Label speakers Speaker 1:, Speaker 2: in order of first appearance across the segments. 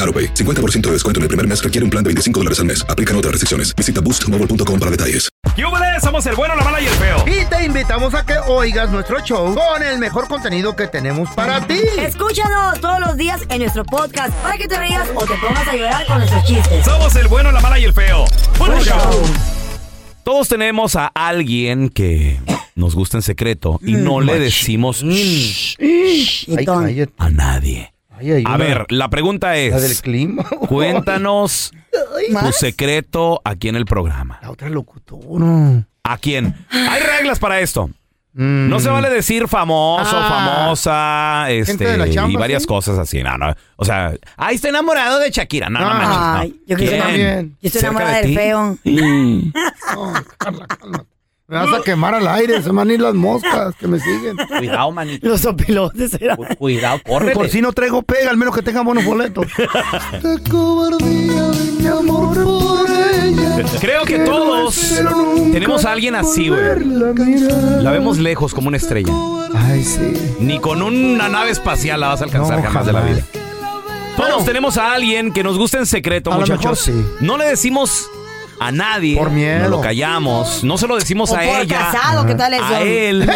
Speaker 1: AroPay. 50% de descuento en el primer mes requiere un plan de 25 dólares al mes. Aplican otras restricciones. Visita boostmobile.com para detalles.
Speaker 2: ¡Yúbales! Somos el bueno, la mala y el feo.
Speaker 3: Y te invitamos a que oigas nuestro show con el mejor contenido que tenemos para ti.
Speaker 4: Escúchanos todos los días en nuestro podcast para que te rías o te pongas a llorar con nuestros chistes.
Speaker 2: Somos el bueno, la mala y el feo. ¡Puro show! Todos tenemos a alguien que nos gusta en secreto
Speaker 3: Mm,
Speaker 2: y no le decimos shh
Speaker 3: Ay, cállate.
Speaker 2: a nadie.
Speaker 3: Ay, ay,
Speaker 2: A
Speaker 3: una-
Speaker 2: ver, la pregunta
Speaker 3: La del
Speaker 2: es,
Speaker 3: clima.
Speaker 2: cuéntanos
Speaker 3: Ay,
Speaker 2: tu secreto aquí en el programa.
Speaker 3: La otra locutora.
Speaker 2: ¿A quién? Hay reglas para esto. No se vale decir famoso,
Speaker 3: Mm. Ah.
Speaker 2: famosa,
Speaker 3: Gente
Speaker 2: este,
Speaker 3: de la chamba,
Speaker 2: y varias
Speaker 3: ¿sí?
Speaker 2: cosas así. No, no. O sea, ahí está enamorado de Shakira. No, no,
Speaker 3: Ah.
Speaker 2: manches, no.
Speaker 4: Ay, yo creo que
Speaker 2: ¿Quién?
Speaker 3: también.
Speaker 4: Yo estoy
Speaker 2: ¿Cerca
Speaker 4: enamorada
Speaker 2: de
Speaker 4: del
Speaker 2: ti?
Speaker 4: feo.
Speaker 2: Mm.
Speaker 3: Me vas a quemar al aire, se van a ir las moscas que me siguen.
Speaker 2: Cuidado, manito.
Speaker 4: Los opilotes eran.
Speaker 2: Cu- Cuidado, córrele.
Speaker 3: Por si no traigo pega, al menos que tenga buenos boletos. Te cobardía de mi amor por ella.
Speaker 2: Creo que todos
Speaker 3: espero nunca
Speaker 2: tenemos a alguien así, güey.
Speaker 3: La mira.
Speaker 2: La vemos lejos como una estrella.
Speaker 3: Ay, sí.
Speaker 2: Ni con una nave espacial la vas a alcanzar
Speaker 3: No,
Speaker 2: jamás de la
Speaker 3: jamás.
Speaker 2: vida. Todos tenemos a alguien que nos gusta en secreto,
Speaker 3: A lo
Speaker 2: muchachos.
Speaker 3: mejor sí.
Speaker 2: No le decimos a nadie.
Speaker 3: Por miedo.
Speaker 2: No lo callamos. No se lo decimos
Speaker 4: O
Speaker 2: a
Speaker 4: por
Speaker 2: ella.
Speaker 4: casado, ¿qué tal eso?
Speaker 2: A él.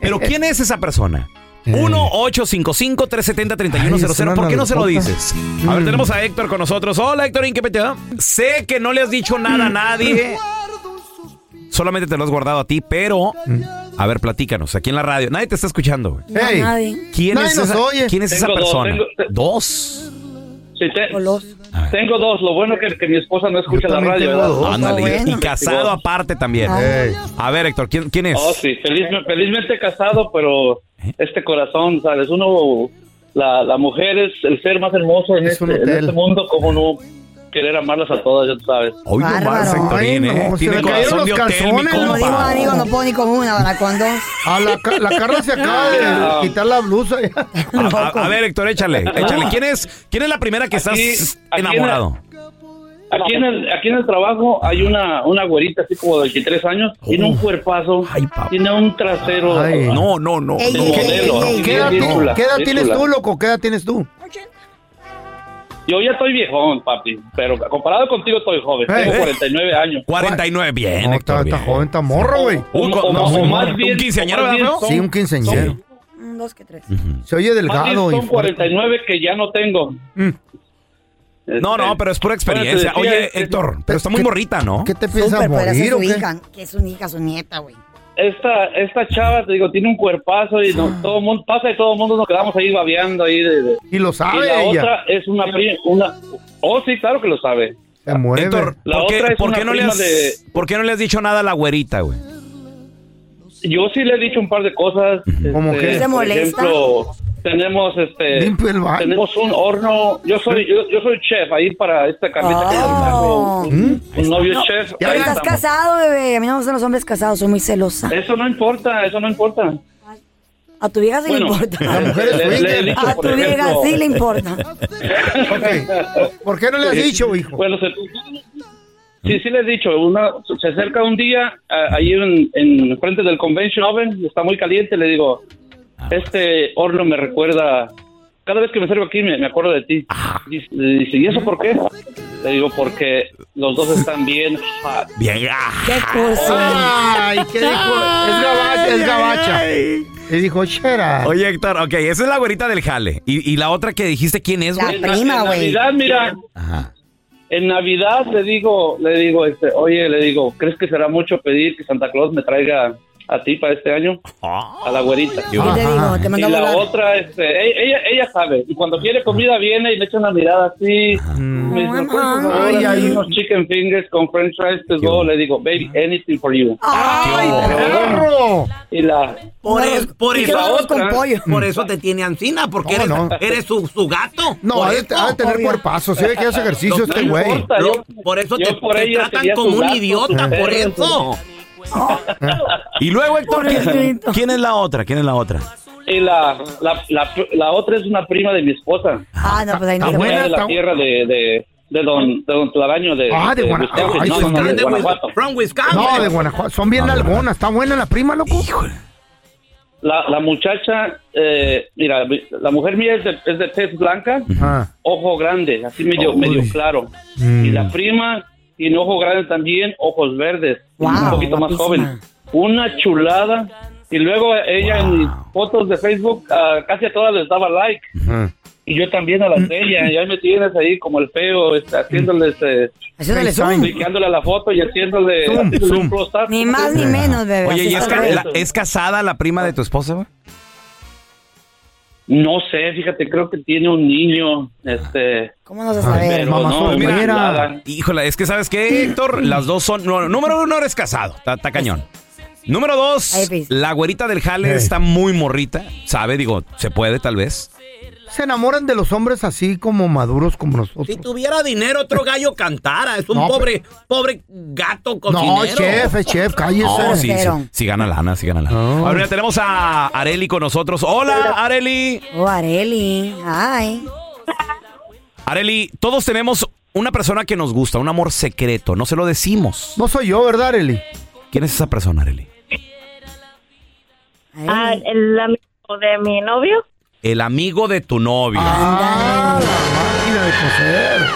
Speaker 2: Pero ¿quién es esa persona? 1-855-370-3100. ¿Por qué no se lo dices?
Speaker 3: Mm.
Speaker 2: A ver, tenemos a Héctor con nosotros. Hola, Héctor, ¿en qué peteo? Sé que no le has dicho nada a nadie. Solamente te lo has guardado a ti, pero. A ver, platícanos. Aquí en la radio. Nadie te está escuchando, güey.
Speaker 4: No,
Speaker 3: Mm. Ey.
Speaker 4: nadie.
Speaker 2: ¿Quién
Speaker 3: Nadie
Speaker 2: es,
Speaker 3: nos
Speaker 2: esa,
Speaker 3: oye.
Speaker 2: ¿quién es esa
Speaker 5: Tengo dos,
Speaker 2: persona?
Speaker 5: tengo-
Speaker 2: Dos.
Speaker 5: Sí, te-
Speaker 4: O los.
Speaker 2: A ver.
Speaker 5: tengo dos. Lo bueno que, que mi esposa no escucha la
Speaker 3: Yo también
Speaker 5: radio.
Speaker 3: tengo
Speaker 5: ¿verdad?
Speaker 3: dos.
Speaker 2: Ándale. y- Y
Speaker 4: está Ah, bueno.
Speaker 2: casado aparte también.
Speaker 4: Ah.
Speaker 3: Ey.
Speaker 2: A ver, Héctor, ¿quién, quién es? ¿Eh?
Speaker 5: Oh, sí, feliz- felizmente casado, pero este corazón, ¿sabes? Uno, la, la mujer es el ser más hermoso en,
Speaker 3: Es
Speaker 5: este,
Speaker 3: un
Speaker 5: en
Speaker 3: hotel.
Speaker 5: este mundo, ¿cómo no querer amarlas a todas, ya tú sabes?
Speaker 2: Hoy nomás,
Speaker 4: Bárbaro.
Speaker 2: Héctorín,
Speaker 3: Ay,
Speaker 2: ¿eh?
Speaker 3: no, se
Speaker 2: Tiene
Speaker 3: me
Speaker 2: corazón de
Speaker 3: cayeron los
Speaker 2: hotel, mi
Speaker 3: calzones.
Speaker 4: Como
Speaker 2: compa.
Speaker 4: digo un amigo, no puedo ni con una, ¿verdad? Con dos.
Speaker 3: A la, ca- la Carla se acaba de
Speaker 5: Ah.
Speaker 3: quitar la blusa.
Speaker 2: A, a- a ver, Héctor, échale, échale. ¿Quién es, quién es la primera que
Speaker 5: Aquí-
Speaker 2: estás
Speaker 5: aquí
Speaker 2: enamorado?
Speaker 5: Aquí en el, aquí en el trabajo hay una, una güerita así como de 23 años, tiene un cuerpazo,
Speaker 2: Ay, papá.
Speaker 5: tiene un trasero.
Speaker 3: Oh. Ay.
Speaker 2: No, no, no.
Speaker 4: Ey,
Speaker 5: de
Speaker 2: no.
Speaker 4: ey, ey,
Speaker 5: modelo.
Speaker 4: ey, ey.
Speaker 3: ¿Qué edad, ti-
Speaker 5: Ridícula,
Speaker 3: qué edad tienes
Speaker 5: ridícula.
Speaker 3: tú, loco? ¿Qué edad tienes tú?
Speaker 5: Yo ya estoy viejón, papi, pero comparado contigo estoy joven,
Speaker 3: Ey,
Speaker 5: tengo
Speaker 3: ey.
Speaker 5: 49 años.
Speaker 2: 49, bien, Héctor,
Speaker 3: No, está, está
Speaker 2: bien.
Speaker 3: joven, está morro, güey.
Speaker 2: Un,
Speaker 5: O- o-
Speaker 2: no,
Speaker 5: o
Speaker 2: un-
Speaker 5: más
Speaker 2: un
Speaker 5: bien-
Speaker 2: quinceañero,
Speaker 5: o más
Speaker 2: ¿verdad,
Speaker 5: bien
Speaker 2: feo?
Speaker 5: son-
Speaker 3: Sí, un quinceañero.
Speaker 4: Un, dos, que tres.
Speaker 3: Se oye
Speaker 5: Más bien
Speaker 3: delgado.
Speaker 5: son
Speaker 3: y fuerte.
Speaker 5: 49 que ya no tengo.
Speaker 3: Mm.
Speaker 2: No, no,
Speaker 5: Este,
Speaker 2: pero es pura experiencia.
Speaker 5: Bueno, te decía,
Speaker 2: Oye,
Speaker 5: este,
Speaker 2: Héctor, pero está muy
Speaker 3: ¿Qué-
Speaker 2: morrita, ¿no?
Speaker 3: ¿Qué te piensas
Speaker 4: Súper, podría ser
Speaker 3: morir o
Speaker 4: su
Speaker 3: qué?
Speaker 4: hija, que es su hija, su nieta, güey.
Speaker 5: Esta, esta chava, te digo, tiene un cuerpazo y no, todo mundo, pasa y todo el mundo nos quedamos ahí babeando ahí. De, de-
Speaker 3: Y lo
Speaker 5: Y
Speaker 3: sabe
Speaker 5: la
Speaker 3: ella.
Speaker 5: otra es una, pri- una... Oh, sí, claro que lo sabe.
Speaker 3: Se mueve.
Speaker 2: Héctor,
Speaker 5: La
Speaker 2: ¿por
Speaker 5: otra
Speaker 2: qué,
Speaker 5: es
Speaker 2: por
Speaker 5: una
Speaker 2: qué no le
Speaker 5: prima
Speaker 2: has,
Speaker 5: de-
Speaker 2: por qué no le has dicho nada a la güerita, güey?
Speaker 5: Yo sí le he dicho un par de cosas.
Speaker 3: ¿Cómo
Speaker 5: este,
Speaker 3: qué?
Speaker 4: ¿Se
Speaker 5: por
Speaker 4: molesta?
Speaker 5: ejemplo, tenemos este...
Speaker 3: Limpio el baño.
Speaker 5: Tenemos un horno. Yo soy yo, yo soy chef ahí para esta camisa. que
Speaker 4: Oh.
Speaker 5: yo tengo. Un-
Speaker 3: ¿Mm?
Speaker 5: Un novio chef.
Speaker 4: Pero
Speaker 5: ahí
Speaker 4: estás
Speaker 5: estamos.
Speaker 4: casado, bebé. A mí no me gustan los hombres casados, soy muy celosa.
Speaker 5: Eso no importa, eso no importa.
Speaker 4: A tu vieja sí
Speaker 5: Bueno,
Speaker 4: le importa.
Speaker 3: La mujer es
Speaker 5: le- le-
Speaker 3: swinger.
Speaker 5: le he dicho,
Speaker 4: A
Speaker 5: por
Speaker 4: tu vieja
Speaker 5: ejemplo,
Speaker 4: sí le importa.
Speaker 3: Ok. ¿Por qué no le has dicho, hijo?
Speaker 5: Bueno, se- Sí, sí le he dicho, una, se acerca un día, a- ahí en, en frente del Convention Oven, está muy caliente, le digo, este horno me recuerda, cada vez que me acerco aquí me, me acuerdo de ti. Dice, dice, ¿y eso por qué? Le digo, porque los dos están bien hot".
Speaker 2: Bien. ah,
Speaker 4: ¡Qué cosa!
Speaker 3: Ay, ¿qué dijo? Es gabacha, es gabacha. Le dijo, chera.
Speaker 2: Oye, Héctor, ok, esa es la güerita del jale. Y, y la otra que dijiste, ¿quién es, güey?
Speaker 5: En-
Speaker 4: prima,
Speaker 5: en
Speaker 4: güey.
Speaker 5: Navidad, mira,
Speaker 2: Ajá.
Speaker 5: en Navidad le digo, le digo, este, oye, le digo, ¿crees que será mucho pedir que Santa Claus me traiga a ti para este año? A la güerita.
Speaker 2: Qué
Speaker 4: ¿Qué te Ah. digo? Te
Speaker 5: Y
Speaker 4: mandó a
Speaker 5: la
Speaker 4: volar.
Speaker 5: otra, este, e- ella, ella sabe. Y cuando quiere comida viene y le echa una mirada así. Me dice, "¿Me puedes, por favor,
Speaker 3: Mm. Ay,
Speaker 5: hacer
Speaker 3: ay.
Speaker 5: unos chicken fingers con french fries to go?" Le digo, baby, anything for you.
Speaker 3: ¡Ay, perro!
Speaker 5: Y la...
Speaker 6: Por, es- por
Speaker 4: ¿Y qué
Speaker 6: eso,
Speaker 5: la
Speaker 4: vamos con
Speaker 5: otra?
Speaker 4: pollo?
Speaker 6: por eso te tiene Ancina, porque
Speaker 3: No,
Speaker 6: eres,
Speaker 3: no.
Speaker 6: eres su, su gato.
Speaker 3: No,
Speaker 6: por
Speaker 3: ha de,
Speaker 6: eso.
Speaker 3: ha de tener cuerpazo. Se ve que hace ejercicio
Speaker 6: No
Speaker 3: este
Speaker 6: me
Speaker 3: güey.
Speaker 5: importa,
Speaker 6: Lo-
Speaker 5: yo-
Speaker 6: por eso
Speaker 5: yo
Speaker 6: te,
Speaker 5: por
Speaker 6: te
Speaker 5: ella
Speaker 6: tratan
Speaker 5: sería
Speaker 6: como
Speaker 5: su
Speaker 6: un
Speaker 5: gato,
Speaker 6: idiota, por
Speaker 5: su perro,
Speaker 6: eso.
Speaker 3: Ah.
Speaker 2: Y luego, Héctor, ¿quién,
Speaker 4: Pobrecito.
Speaker 2: quién es la otra? ¿Quién es la otra?
Speaker 5: Y la, la, la, la otra es una prima de mi esposa.
Speaker 4: Ah, no, pues ahí no
Speaker 3: Está
Speaker 4: se
Speaker 3: buena,
Speaker 4: puede.
Speaker 5: Ella de
Speaker 3: está-
Speaker 5: la tierra de, de, de don, de don Claraño de,
Speaker 3: Ah, de
Speaker 5: de
Speaker 3: Guana-
Speaker 5: Wisconsin.
Speaker 3: ay,
Speaker 5: No,
Speaker 3: son
Speaker 5: no,
Speaker 3: bien
Speaker 5: de
Speaker 3: de
Speaker 5: Guanajuato.
Speaker 6: From Wisconsin.
Speaker 3: No, de Guanajuato. Son bien
Speaker 2: Ah,
Speaker 3: nalgonas. ¿Está buena la prima, loco?
Speaker 2: Híjole.
Speaker 5: La, la muchacha, eh, mira, la mujer mía es de, es de tez blanca,
Speaker 3: Ah.
Speaker 5: ojo grande, así medio,
Speaker 3: Uy.
Speaker 5: medio claro.
Speaker 3: Mm.
Speaker 5: Y la prima tiene ojo grande también, ojos verdes,
Speaker 4: Wow,
Speaker 5: un poquito más
Speaker 4: guapísima.
Speaker 5: joven. Una chulada. Y luego ella en mis fotos de Facebook ah, casi a todas les daba like.
Speaker 3: Ah.
Speaker 5: Y yo también a
Speaker 3: Mm.
Speaker 5: las de ella. Y ahí me tienes ahí como el feo, este, haciéndoles, eh,
Speaker 4: Haciéndole
Speaker 3: FaceTime.
Speaker 4: zoom.
Speaker 5: cliqueándole a la foto y haciéndole,
Speaker 3: Zoom,
Speaker 5: haciéndole
Speaker 3: zoom.
Speaker 5: un close up.
Speaker 4: Ni más ni menos, bebé.
Speaker 2: Oye,
Speaker 4: así
Speaker 2: ¿y es,
Speaker 4: está el
Speaker 2: ca-
Speaker 5: que-
Speaker 4: rollo.
Speaker 2: la- es casada la prima de tu esposa, güey?
Speaker 5: No sé, fíjate, creo que tiene un niño, este...
Speaker 4: ¿Cómo no vas a saber?
Speaker 5: pero
Speaker 3: mamá
Speaker 5: no,
Speaker 3: soltera.
Speaker 5: mira, nada.
Speaker 2: Híjole, es que ¿sabes qué, Héctor? Las dos son... no, número uno, eres casado. Está está cañón. Número dos,
Speaker 4: Ahí ves.
Speaker 2: la güerita del jale
Speaker 3: Ey.
Speaker 2: está muy morrita. ¿Sabe? Digo, se puede tal vez.
Speaker 3: Se enamoran de los hombres así como maduros como
Speaker 6: Si
Speaker 3: nosotros.
Speaker 6: tuviera dinero, otro gallo cantara. Es un
Speaker 3: No,
Speaker 6: pobre, pobre gato cocinero.
Speaker 3: No, es chef, es chef,
Speaker 2: No,
Speaker 3: cállese.
Speaker 2: sí, sí,
Speaker 4: cero.
Speaker 2: sí gana lana, sí gana lana.
Speaker 3: Oh.
Speaker 2: Ahora ya tenemos a Areli con nosotros. Hola, Areli.
Speaker 4: Oh, Areli. Ay.
Speaker 2: Areli, todos tenemos una persona que nos gusta, un amor secreto. No se lo decimos.
Speaker 3: No soy yo, ¿verdad, Eli?
Speaker 2: ¿Quién es esa persona, Areli?
Speaker 4: Areli.
Speaker 7: Ah, el amigo de mi novio.
Speaker 2: El amigo de tu novio.
Speaker 3: Ah, la máquina de coser.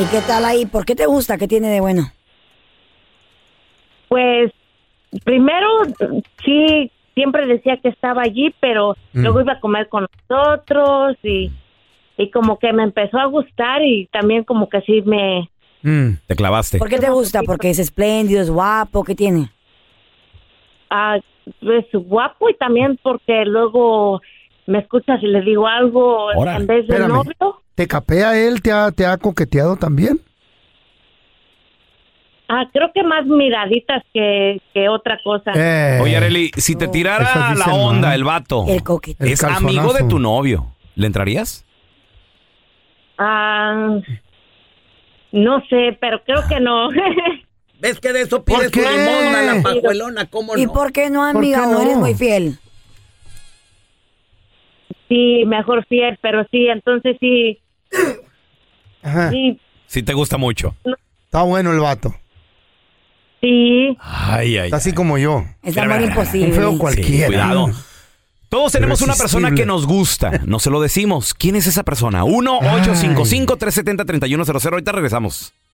Speaker 4: ¿Y qué tal ahí? ¿Por qué te gusta? ¿Qué tiene de bueno?
Speaker 7: Pues primero sí siempre decía que estaba allí, pero
Speaker 3: Mm.
Speaker 7: luego iba a comer con nosotros y y como que me empezó a gustar y también como que sí me
Speaker 3: Mm.
Speaker 2: Te clavaste.
Speaker 4: ¿Por qué te gusta? ¿Porque es espléndido, es guapo? ¿Qué tiene?
Speaker 7: ah, pues guapo y también porque luego me escuchas y le digo algo
Speaker 2: Órale,
Speaker 7: en vez de
Speaker 3: espérame.
Speaker 7: novio.
Speaker 3: ¿Te capea él? ¿Te ha, te ha coqueteado también?
Speaker 7: Ah, creo que más miraditas que, que otra cosa.
Speaker 3: Eh,
Speaker 2: Oye, Areli, si te
Speaker 3: Esas
Speaker 2: tirara
Speaker 3: dicen
Speaker 2: la onda
Speaker 3: mal.
Speaker 2: el vato,
Speaker 4: El coquete.
Speaker 3: El
Speaker 2: es
Speaker 3: calzonazo.
Speaker 2: amigo de tu novio, ¿le entrarías?
Speaker 7: Ah, no sé, pero creo que no.
Speaker 6: ¿Ves que de eso
Speaker 3: ¿Por
Speaker 6: pides
Speaker 3: qué?
Speaker 6: una monda, la pajuelona? ¿Cómo
Speaker 4: ¿Y
Speaker 6: no?
Speaker 4: por qué no,
Speaker 3: ¿Por
Speaker 4: amiga?
Speaker 3: qué
Speaker 4: no? eres
Speaker 3: no?
Speaker 4: muy fiel.
Speaker 7: Sí, mejor fiel, pero sí, entonces sí,
Speaker 3: Ajá.
Speaker 7: sí,
Speaker 2: Si te gusta mucho.
Speaker 3: Está bueno el vato.
Speaker 7: sí.
Speaker 2: Ay, ay.
Speaker 3: Está así como yo.
Speaker 4: Es amor
Speaker 3: Un
Speaker 4: imposible.
Speaker 3: feo cualquiera. Mm.
Speaker 2: cuidado. Todos tenemos una persona
Speaker 3: Irresistible.
Speaker 2: que nos gusta. No se lo decimos. ¿Quién es esa persona? 1-855-370-3100. Ahorita regresamos.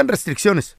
Speaker 3: restricciones.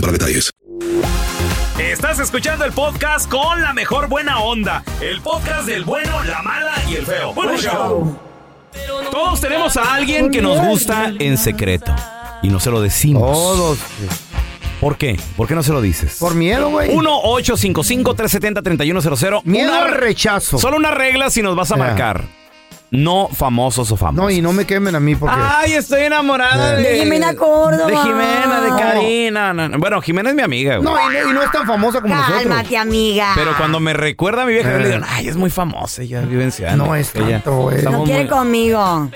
Speaker 1: para detalles.
Speaker 2: Estás escuchando el podcast con la mejor buena onda. El podcast del bueno, la mala y el feo. Bueno, show. Todos tenemos a alguien que nos gusta en secreto. Y no se lo decimos.
Speaker 3: Todos.
Speaker 2: ¿Por qué? ¿Por qué no se lo dices?
Speaker 3: Por miedo, güey.
Speaker 2: 1-855-370-3100.
Speaker 3: Miedo
Speaker 2: Una
Speaker 3: al
Speaker 2: re-
Speaker 3: rechazo.
Speaker 2: Solo una regla si nos vas a
Speaker 3: Ya.
Speaker 2: marcar. No famosos o famosos.
Speaker 3: No, y no me quemen a mí porque.
Speaker 2: Ay, estoy enamorada de...
Speaker 4: De Jimena Córdoba.
Speaker 2: De Jimena, de Karina. no, no. Bueno, Jimena es mi amiga, güey.
Speaker 3: no, y no, y no es tan famosa como nosotros.
Speaker 4: Cálmate, amiga.
Speaker 2: Pero cuando me recuerda a mi vieja, yo
Speaker 3: Eh.
Speaker 2: le digo, ay, es muy famosa, ella vive en Ciudad de
Speaker 3: No es
Speaker 2: México, ella-
Speaker 3: tanto, güey.
Speaker 2: Estamos
Speaker 4: No quiere
Speaker 2: muy-
Speaker 4: conmigo.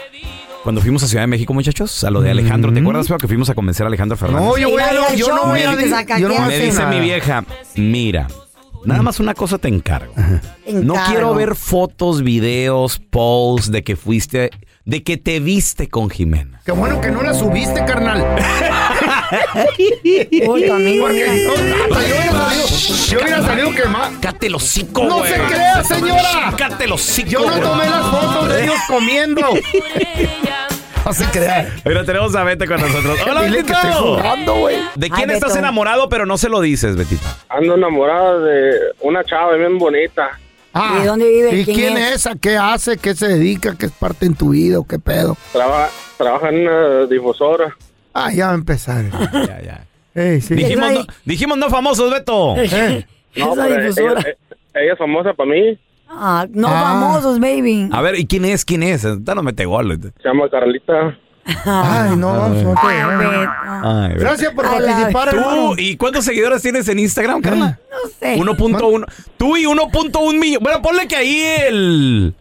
Speaker 2: Cuando fuimos a Ciudad de México, muchachos, a lo de Alejandro,
Speaker 3: Mm.
Speaker 2: ¿te acuerdas, feo, que fuimos a convencer a Alejandro Fernández?
Speaker 3: No, yo voy
Speaker 4: Ir
Speaker 3: a.
Speaker 4: al
Speaker 3: Yo no
Speaker 4: show
Speaker 3: voy a.
Speaker 4: y te saca
Speaker 3: Yo no voy a
Speaker 2: me
Speaker 3: hacer
Speaker 2: dice
Speaker 3: nada.
Speaker 2: mi vieja, mira, nada más una cosa te encargo. No
Speaker 4: Encargo.
Speaker 2: quiero ver fotos, videos, posts de que fuiste, de que te viste con Jimena.
Speaker 3: Qué bueno que no la subiste, carnal.
Speaker 4: Uy, tu amigo.
Speaker 3: Porque no, hasta yo hubiera salido. Yo hubiera salido quemado.
Speaker 2: Cállate el hocico,
Speaker 3: No
Speaker 2: güey.
Speaker 3: se crea, señora.
Speaker 2: Cállate el hocico,
Speaker 3: Yo no
Speaker 2: güey.
Speaker 3: tomé las fotos de ellos comiendo. No se crea.
Speaker 2: Pero tenemos a Vete con nosotros. Hola,
Speaker 3: Dile que estoy
Speaker 2: Betito.
Speaker 3: jugando, güey.
Speaker 2: ¿De quién
Speaker 4: Ay,
Speaker 2: estás
Speaker 4: Beto.
Speaker 2: enamorado pero no se lo dices, Betito?
Speaker 5: Ando enamorada de Eh, una chava bien bonita.
Speaker 3: Ah,
Speaker 4: ¿Y dónde vive?
Speaker 3: ¿Y
Speaker 4: ¿Quién
Speaker 3: quién
Speaker 4: es?
Speaker 3: es? ¿A qué hace? ¿Qué se dedica? ¿Qué es parte en tu vida? ¿O qué pedo?
Speaker 5: Traba- trabaja en una difusora.
Speaker 3: Ah, ya va a empezar.
Speaker 2: Ya, ya.
Speaker 3: Ey, sí.
Speaker 2: Dijimos
Speaker 4: Ay.
Speaker 2: no, dijimos no famosos, Beto.
Speaker 3: Eh,
Speaker 5: No,
Speaker 4: Es la
Speaker 5: pero ella-
Speaker 4: difusora.
Speaker 5: Ella, ella es famosa para mí.
Speaker 4: Ah, no
Speaker 3: Ah.
Speaker 4: famosos, baby.
Speaker 2: A ver, ¿y quién es? ¿Quién es? Danos mete gol.
Speaker 5: Se llama Carlita.
Speaker 3: Ay, no, vamos, no te-
Speaker 4: Ay, Beto.
Speaker 2: Ay, Beto.
Speaker 3: Gracias por
Speaker 4: I love
Speaker 3: participar, hermano.
Speaker 2: ¿Tú y cuántos seguidores tienes en Instagram, Carla?
Speaker 4: No sé.
Speaker 2: 1.1. Tú y 1.1 millón. Bueno, ponle que ahí el.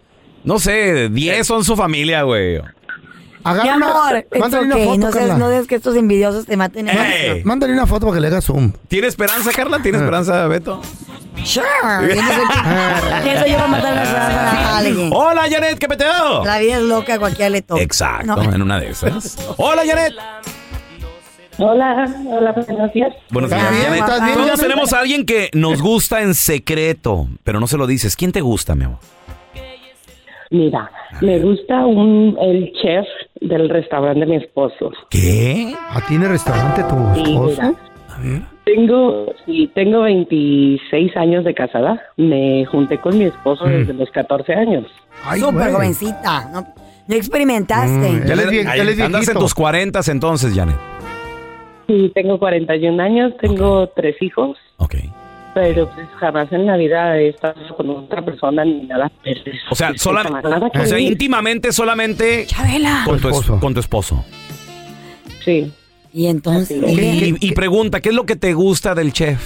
Speaker 2: No sé, 10 son su familia, güey.
Speaker 4: Mi
Speaker 3: Agarra
Speaker 4: amor,
Speaker 3: una,
Speaker 4: it's
Speaker 3: mándale una
Speaker 4: okay.
Speaker 3: foto,
Speaker 4: no,
Speaker 3: Carla. Eh,
Speaker 4: seas, no des que estos envidiosos te maten. en-
Speaker 2: Ey.
Speaker 3: Mándale una foto para que le haga zoom.
Speaker 2: ¿Tiene esperanza, Carla?
Speaker 3: Ah.
Speaker 2: ¿Tiene esperanza, Beto?
Speaker 4: Sure. Pienso que- pienso yo voy a matar una rana a alguien.
Speaker 2: Hola, Janet, ¿qué peteo?
Speaker 4: La vida es loca, a cualquiera le toca.
Speaker 2: Exacto,
Speaker 4: No.
Speaker 2: en una de esas. Hola, Janet.
Speaker 7: Hola, hola, buenos días.
Speaker 2: Buenos
Speaker 4: Está
Speaker 2: días,
Speaker 4: bien,
Speaker 2: Janet.
Speaker 4: está bien,
Speaker 2: Todos
Speaker 4: Janet.
Speaker 2: tenemos a alguien que nos gusta en secreto, pero no se lo dices. ¿Quién te gusta, mi amor?
Speaker 7: Mira, me gusta un, el chef del restaurante de mi esposo.
Speaker 2: ¿Qué?
Speaker 3: Ah, tiene restaurante tu
Speaker 7: Sí,
Speaker 3: esposo.
Speaker 7: mira. Tengo, sí, tengo 26 años de casada. Me junté con mi
Speaker 2: Mm.
Speaker 7: esposo desde los 14 años.
Speaker 3: Ay,
Speaker 4: Súper
Speaker 3: güey.
Speaker 4: jovencita. No, no experimentaste.
Speaker 3: Mm, Él es vie-
Speaker 2: Ay,
Speaker 3: él es
Speaker 2: Andas en
Speaker 3: viejito.
Speaker 2: tus cuarentas entonces, Janet.
Speaker 7: Sí, tengo 41 años, tengo tres hijos,
Speaker 2: Ok.
Speaker 7: pero pues jamás en la vida he estado con otra persona ni nada.
Speaker 2: O sea, sola-
Speaker 7: Nada que
Speaker 2: O sea,
Speaker 7: ver.
Speaker 2: íntimamente solamente
Speaker 4: Chabela.
Speaker 2: con tu, es-
Speaker 3: esposo.
Speaker 2: con tu esposo.
Speaker 7: Sí.
Speaker 4: Y entonces.
Speaker 7: Sí.
Speaker 4: ¿qué?
Speaker 2: Y, y pregunta, ¿qué es lo que te gusta del chef?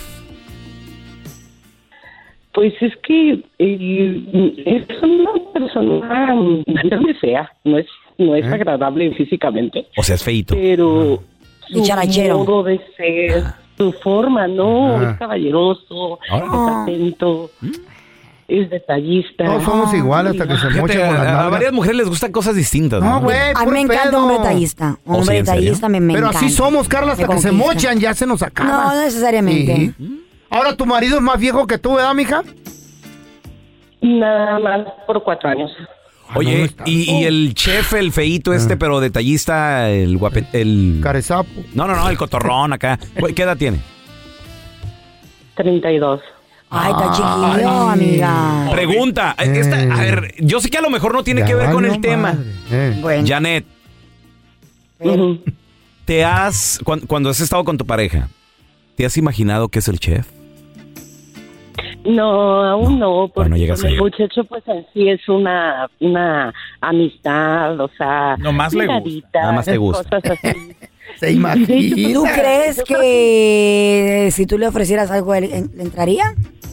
Speaker 7: Pues es que eh, es una persona mm, no me fea, no es, no
Speaker 3: ¿Eh?
Speaker 7: es agradable físicamente,
Speaker 2: O sea, es feito.
Speaker 7: pero su
Speaker 4: Dicharachero.
Speaker 7: modo de ser,
Speaker 3: Ah.
Speaker 7: su forma, ¿no?
Speaker 3: Ajá.
Speaker 7: Es caballeroso,
Speaker 2: Ah.
Speaker 7: es atento, es detallista.
Speaker 3: Mm. Todos somos iguales hasta que se
Speaker 2: Fíjate,
Speaker 3: mochan con las
Speaker 2: a, a
Speaker 3: nalgas.
Speaker 2: varias mujeres les gustan cosas distintas.
Speaker 3: No, güey,
Speaker 4: A mí
Speaker 3: puro
Speaker 4: me encanta
Speaker 3: pedo.
Speaker 4: un hombre detallista. Un
Speaker 2: ¿Oh,
Speaker 4: hombre
Speaker 2: sí, en serio?
Speaker 4: detallista me, me
Speaker 3: Pero
Speaker 4: encanta.
Speaker 3: así somos, Carla, hasta
Speaker 4: Me
Speaker 3: que se
Speaker 4: conquista.
Speaker 3: mochan, ya se nos acaba.
Speaker 4: No, no necesariamente.
Speaker 2: ¿Mm?
Speaker 3: Sí. Ahora tu marido es más viejo que tú, ¿verdad, mija?
Speaker 7: Nada más por cuatro años.
Speaker 3: Ah, no, no
Speaker 2: Oye,
Speaker 3: está. Ah.
Speaker 2: y, y el chef, el feito este, pero detallista, el guapet... El...
Speaker 3: Carezapo.
Speaker 2: No, no, no, el cotorrón acá. Güey, ¿Qué edad tiene?
Speaker 7: 32.
Speaker 4: Ay, está
Speaker 3: Ay.
Speaker 4: chiquillo, amiga.
Speaker 2: Pregunta. eh, esta- a ver, yo sé que a lo mejor no tiene
Speaker 3: Ya
Speaker 2: que ver con
Speaker 3: valió
Speaker 2: el tema.
Speaker 3: madre. Eh.
Speaker 4: Bueno,
Speaker 2: Janet,
Speaker 4: pero-
Speaker 7: Ujú.
Speaker 2: ¿te has, cuan- cuando, has estado con tu pareja, ¿te has imaginado que es el chef?
Speaker 7: No, aún
Speaker 3: Ah,
Speaker 7: no, porque
Speaker 2: no llegas
Speaker 7: con el
Speaker 2: ahí.
Speaker 7: muchacho pues en sí es una, una amistad, o sea,
Speaker 2: Nomás le gusta,
Speaker 7: miraditas,
Speaker 2: nada más te gusta.
Speaker 7: Cosas así.
Speaker 3: Se imagina.
Speaker 4: ¿Tú crees que si tú le ofrecieras algo, él en- le entraría?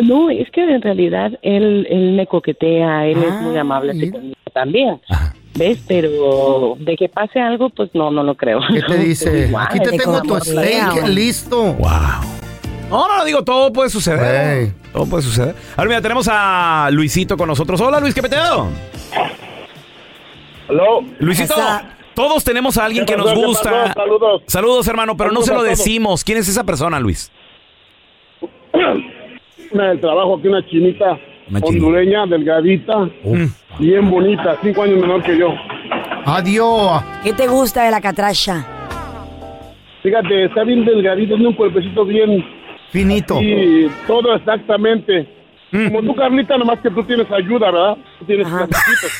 Speaker 7: No, es que en realidad él, él me coquetea, él es muy
Speaker 3: Ah,
Speaker 7: amable así
Speaker 3: mira.
Speaker 7: conmigo también.
Speaker 8: ¿Ves? Pero de que pase algo, pues no, no lo creo.
Speaker 3: ¿Qué te dice? Aquí te tengo tu steak listo.
Speaker 2: Wow. No, no, digo, todo puede suceder. Todo puede suceder. A ver, mira, tenemos a Luisito con nosotros. Hola, Luis, ¿qué peteo?
Speaker 9: Hello.
Speaker 2: Luisito,
Speaker 9: Hola.
Speaker 2: todos tenemos a alguien
Speaker 9: ¿Qué
Speaker 2: que nos
Speaker 9: pasó? ¿Qué
Speaker 2: gusta.
Speaker 9: pasó? Saludos.
Speaker 2: Saludos, hermano, pero no
Speaker 9: Saludos
Speaker 2: se lo
Speaker 9: a todos.
Speaker 2: decimos. ¿Quién es esa persona, Luis?
Speaker 9: Una del trabajo aquí, una chinita
Speaker 2: Una chinita.
Speaker 9: hondureña, delgadita, bien bonita, cinco años menor que yo.
Speaker 3: Adiós.
Speaker 4: ¿Qué te gusta de la catracha?
Speaker 9: Fíjate, está bien delgadito, tiene un cuerpecito bien...
Speaker 3: Finito.
Speaker 9: Y todo exactamente.
Speaker 2: Mm.
Speaker 9: Como tú, Carlita, nomás que tú tienes ayuda, ¿verdad? Tú tienes cuerpecitos.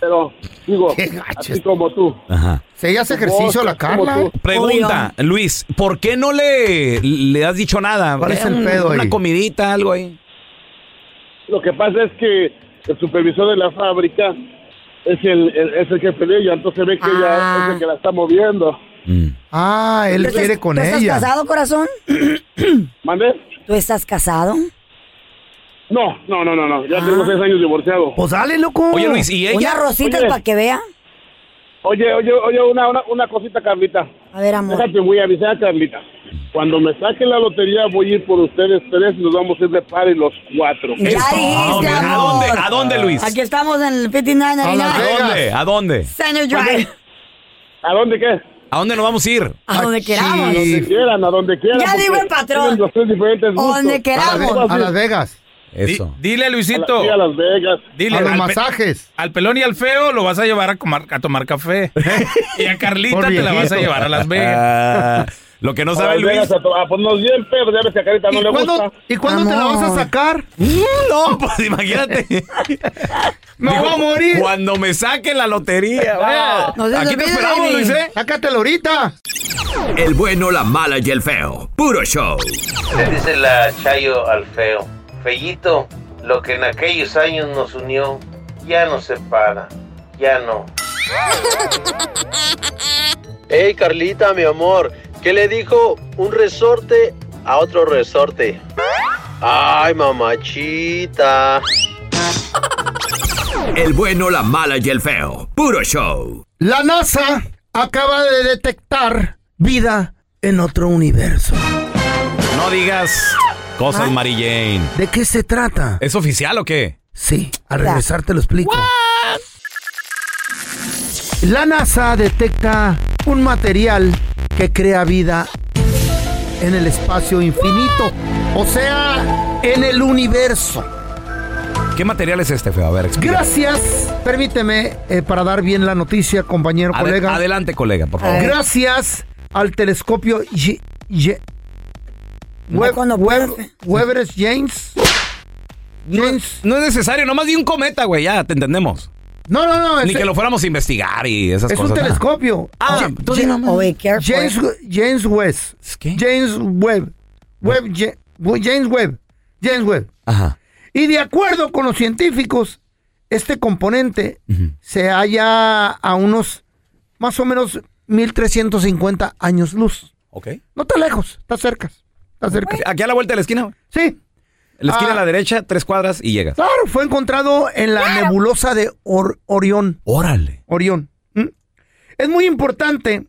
Speaker 9: Pero, digo, así como tú.
Speaker 2: Ajá.
Speaker 3: ¿Se ella hace ejercicio la Carla? eh?
Speaker 2: Pregunta, Luis, ¿por qué no le, le has dicho nada?
Speaker 3: ¿Cuál es el
Speaker 2: Un-
Speaker 3: pedo
Speaker 2: Una
Speaker 3: ahí?
Speaker 2: comidita, algo ahí.
Speaker 9: Lo que pasa es que el supervisor de la fábrica es el, el- es el jefe de ella, entonces ve que
Speaker 4: Ah.
Speaker 9: ella es el que la está moviendo.
Speaker 3: Ah, él
Speaker 4: ¿Tú estás-
Speaker 3: quiere con
Speaker 4: ¿tú
Speaker 3: ella.
Speaker 4: ¿Estás casado, corazón?
Speaker 9: ¿Mande?
Speaker 4: ¿Tú estás casado?
Speaker 9: No, no, no, no, no.
Speaker 4: Ah.
Speaker 9: Ya tengo seis años divorciado.
Speaker 3: Pues dale, loco.
Speaker 2: Oye, Luis, ¿y ella?
Speaker 4: Unas rositas
Speaker 9: Oye.
Speaker 4: para que vea.
Speaker 9: Oye, oye, oye, una, una, una cosita, Carlita.
Speaker 4: A ver, amor.
Speaker 9: Déjate, voy a avisar a Carlita. Cuando me saquen la lotería, voy a ir por ustedes tres y nos vamos a ir de par los cuatro. ¿ok?
Speaker 4: Ya dijiste,
Speaker 2: Ah, ¿A
Speaker 4: amor.
Speaker 2: dónde, ¿A dónde, Luis?
Speaker 4: Ah. Aquí estamos en el 59
Speaker 2: ¿A dónde? ¿A dónde?
Speaker 4: Center Drive.
Speaker 9: ¿A dónde qué?
Speaker 2: ¿A dónde nos vamos a ir?
Speaker 4: A donde queramos.
Speaker 9: A donde quieran, a donde quieran.
Speaker 4: Ya
Speaker 9: porque
Speaker 4: digo el patrón.
Speaker 9: tienen Los tres diferentes gustos.
Speaker 4: Donde queramos.
Speaker 3: A Las Vegas.
Speaker 2: Eso.
Speaker 10: Dile a
Speaker 9: A la-
Speaker 10: Luisito,
Speaker 9: sí, a Las Vegas.
Speaker 10: dile
Speaker 3: A los
Speaker 10: al, pe-
Speaker 3: masajes.
Speaker 10: al pelón y al feo lo vas a llevar a, comar- a tomar café. y a Carlita
Speaker 3: Por
Speaker 10: te la vas
Speaker 3: viejito.
Speaker 10: a llevar a Las Vegas.
Speaker 2: Ah, lo que no
Speaker 9: A
Speaker 2: sabe
Speaker 9: Las
Speaker 2: Luis.
Speaker 9: Vegas a, to- a ponernos bien pedos. Ya ves que a Carlita no
Speaker 3: ¿Y
Speaker 9: le gusta.
Speaker 3: cuándo, ¿y cuándo te la vas a
Speaker 4: Amor.
Speaker 3: sacar?
Speaker 2: No, pues imagínate.
Speaker 3: ¡Me voy a morir!
Speaker 2: Cuando me saque la lotería.
Speaker 4: No se te
Speaker 2: Aquí te
Speaker 4: olvide,
Speaker 2: esperamos,
Speaker 4: baby.
Speaker 2: Luis, ¿eh?
Speaker 3: ¡Sácatelo ahorita!
Speaker 11: El bueno, la mala y el feo. Puro show.
Speaker 12: Le dice la Chayo al feo. Fellito, lo que en aquellos años nos unió ya nos separa. Ya no.
Speaker 13: Hey Carlita, mi amor, ¿qué le dijo un resorte a otro resorte? Ay, mamachita.
Speaker 11: El bueno, la mala y el feo. Puro show.
Speaker 3: La NASA acaba de detectar vida en otro universo.
Speaker 2: No digas
Speaker 3: Ah.
Speaker 2: cosas, Mary Jane.
Speaker 3: ¿De qué se trata?
Speaker 2: ¿Es oficial o qué?
Speaker 3: Sí, al regresar te lo explico. La NASA detecta un material que crea vida en el espacio infinito, o sea, en el universo.
Speaker 2: ¿Qué material es este, feo? A ver, explica.
Speaker 3: Gracias, permíteme, eh, para dar bien la noticia, compañero,
Speaker 2: Ade-
Speaker 3: colega.
Speaker 2: Adelante, colega, por favor.
Speaker 3: Gracias al telescopio Ye- Ye- We- We- Weber James. James.
Speaker 2: No es necesario, nomás di un cometa, güey, ya te entendemos.
Speaker 3: No, no, no.
Speaker 2: Ni
Speaker 3: es-
Speaker 2: que lo fuéramos a investigar y esas
Speaker 3: Es un
Speaker 2: cosas. nada.
Speaker 3: telescopio.
Speaker 2: Ah,
Speaker 3: Ye-
Speaker 2: tú
Speaker 3: Ye-
Speaker 2: di nomás.
Speaker 4: Oye, careful.
Speaker 3: James, James West. James Webb. Webb Ye- We- James Webb. James Webb.
Speaker 2: Ajá.
Speaker 3: Y de acuerdo con los científicos, este componente se halla a unos más o menos 1350 años luz.
Speaker 2: Ok.
Speaker 3: No está lejos, está cerca. Está cerca.
Speaker 2: Aquí a la vuelta de la esquina, güey.
Speaker 3: Sí.
Speaker 2: La esquina
Speaker 3: Ah.
Speaker 2: a la derecha, tres cuadras y llegas.
Speaker 3: Claro, fue encontrado en la nebulosa de Or- Orión.
Speaker 2: Órale.
Speaker 3: Orión. ¿Mm? Es muy importante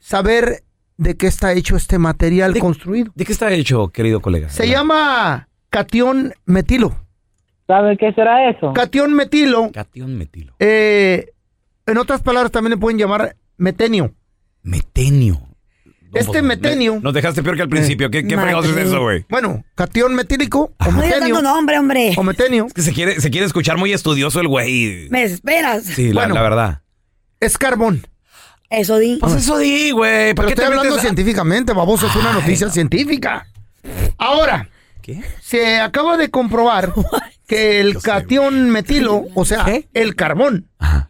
Speaker 3: saber de qué está hecho este material construido.
Speaker 2: ¿De qué está hecho, querido colega?
Speaker 3: Se llama catión metilo.
Speaker 8: ¿Sabe qué será eso?
Speaker 3: Catión metilo,
Speaker 2: Catión metilo.
Speaker 3: eh, en otras palabras también le pueden llamar metenio.
Speaker 2: Metenio.
Speaker 3: Este metenio, Eh,
Speaker 2: Nos dejaste peor que al principio. ¿Qué, qué
Speaker 4: Madre.
Speaker 2: fregados es eso, güey?
Speaker 3: bueno, catión metílico
Speaker 4: No
Speaker 3: o
Speaker 4: digas
Speaker 3: metenio,
Speaker 4: tanto nombre, hombre.
Speaker 3: o metenio,
Speaker 2: Es que se quiere, se quiere escuchar muy estudioso el güey.
Speaker 4: Me esperas.
Speaker 2: Sí, la,
Speaker 3: Bueno.
Speaker 2: la verdad.
Speaker 3: es carbón.
Speaker 4: Eso di.
Speaker 2: Pues eso di, güey. ¿Para qué
Speaker 3: Pero
Speaker 2: te
Speaker 3: estoy hablando
Speaker 2: metes a-
Speaker 3: científicamente, baboso, es una
Speaker 2: Ay,
Speaker 3: noticia científica. Ahora,
Speaker 2: ¿Qué?
Speaker 3: se acaba de comprobar que el catión metilo, o sea, el carbón,
Speaker 2: Ajá.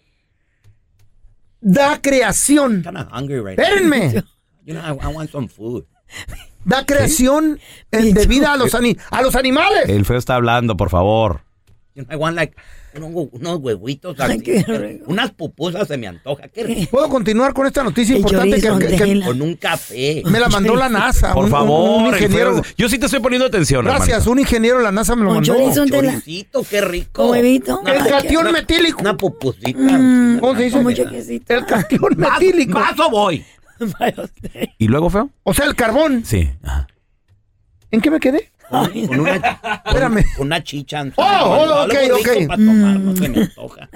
Speaker 3: da creación.
Speaker 6: I'm hungry right
Speaker 3: Espérenme,
Speaker 6: You know, I, I want some food.
Speaker 3: da creación eh, de vida a los, ani- a los animales.
Speaker 2: El feo está hablando, por favor.
Speaker 6: You know, I want like unos, hue- unos huevitos así. unas pupusas se me antoja. Qué rico.
Speaker 3: ¿Puedo continuar con esta noticia
Speaker 6: El
Speaker 3: importante que,
Speaker 6: chorizo,
Speaker 3: que- que-
Speaker 6: Antela. Con un café.
Speaker 3: Me la mandó la NASA.
Speaker 2: Por
Speaker 3: un- un-
Speaker 2: favor,
Speaker 3: un
Speaker 2: el
Speaker 3: ingeniero.
Speaker 2: feo- Yo sí te estoy poniendo atención,
Speaker 3: Gracias, un ingeniero de la NASA me lo mandó.
Speaker 6: Choricito, qué rico.
Speaker 3: huevito. El
Speaker 6: catión
Speaker 3: catión metílico.
Speaker 6: Una pupusita.
Speaker 3: ¿Cómo se dice? El catión metílico.
Speaker 6: Paso voy.
Speaker 2: hermano. ¿Y luego, feo?
Speaker 3: O sea, el carbón.
Speaker 2: Sí.
Speaker 3: ¿En qué me quedé?
Speaker 6: Con, con una, con, con una chicha.
Speaker 3: Oh, oh, ok,
Speaker 6: Algo rico
Speaker 3: ok. Mm.
Speaker 6: pa' tomar, no se me antoja.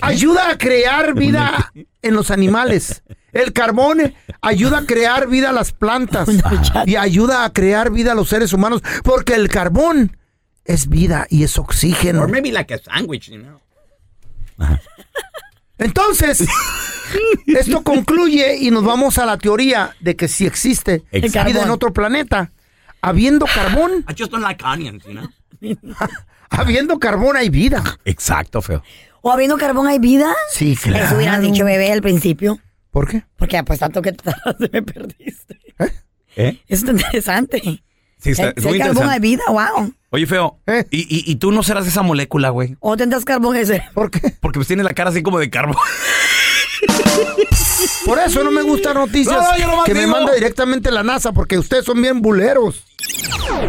Speaker 3: Ayuda a crear vida en los animales. El carbón eh, ayuda a crear vida a las plantas y ayuda a crear vida a los seres humanos porque el carbón es vida y es oxígeno.
Speaker 6: Or maybe like a sandwich, you know.
Speaker 3: Entonces, esto concluye y nos vamos a la teoría de que si existe
Speaker 6: El
Speaker 3: vida en
Speaker 6: carbón.
Speaker 3: otro planeta, habiendo carbón,
Speaker 6: I just don't like onions, you know.
Speaker 3: habiendo carbón hay vida.
Speaker 2: Exacto, feo.
Speaker 4: ¿O habiendo carbón hay vida?
Speaker 3: Sí, claro.
Speaker 4: Eso hubieras dicho bebé al principio.
Speaker 3: ¿Por qué?
Speaker 4: Porque pues tanto que trataste, me perdiste.
Speaker 2: ¿Eh?
Speaker 4: Eso está interesante.
Speaker 2: Sí, está-
Speaker 4: Si
Speaker 2: es
Speaker 4: hay
Speaker 2: muy
Speaker 4: carbón
Speaker 2: interesante.
Speaker 4: hay vida, wow.
Speaker 2: Oye, feo.
Speaker 3: Eh.
Speaker 2: ¿y, y, y tú no serás esa molécula, güey?
Speaker 4: ¿O tendrás carbón ese?
Speaker 3: ¿Por qué?
Speaker 2: Porque pues tienes la cara así como de carbón.
Speaker 3: Por eso no me gustan noticias
Speaker 11: No, no, yo nomás
Speaker 3: que me
Speaker 11: digo.
Speaker 3: manda directamente la NASA porque ustedes son bien buleros.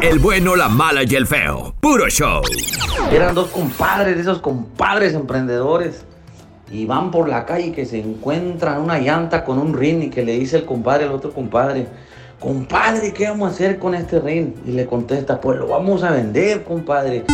Speaker 11: El bueno, la mala y el feo. Puro show.
Speaker 14: Eran dos compadres, de esos compadres emprendedores. Y van por la calle que se encuentran una llanta con un rin y que le dice el compadre al otro compadre, compadre, ¿qué vamos a hacer con este rin? Y le contesta, pues lo vamos a vender, compadre.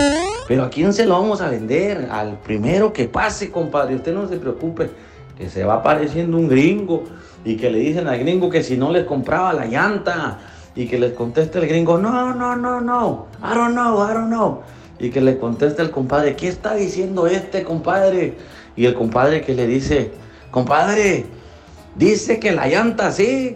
Speaker 14: Pero ¿a quién se lo vamos a vender? Al primero que pase, compadre. Usted no se preocupe, que se va apareciendo un gringo y que le dicen al gringo que si no les compraba la llanta y que les conteste el gringo, no, no, no, no, I don't know, I don't know. Y que le conteste el compadre, ¿qué está diciendo este compadre? Y el compadre que le dice, compadre, dice que la llanta sí,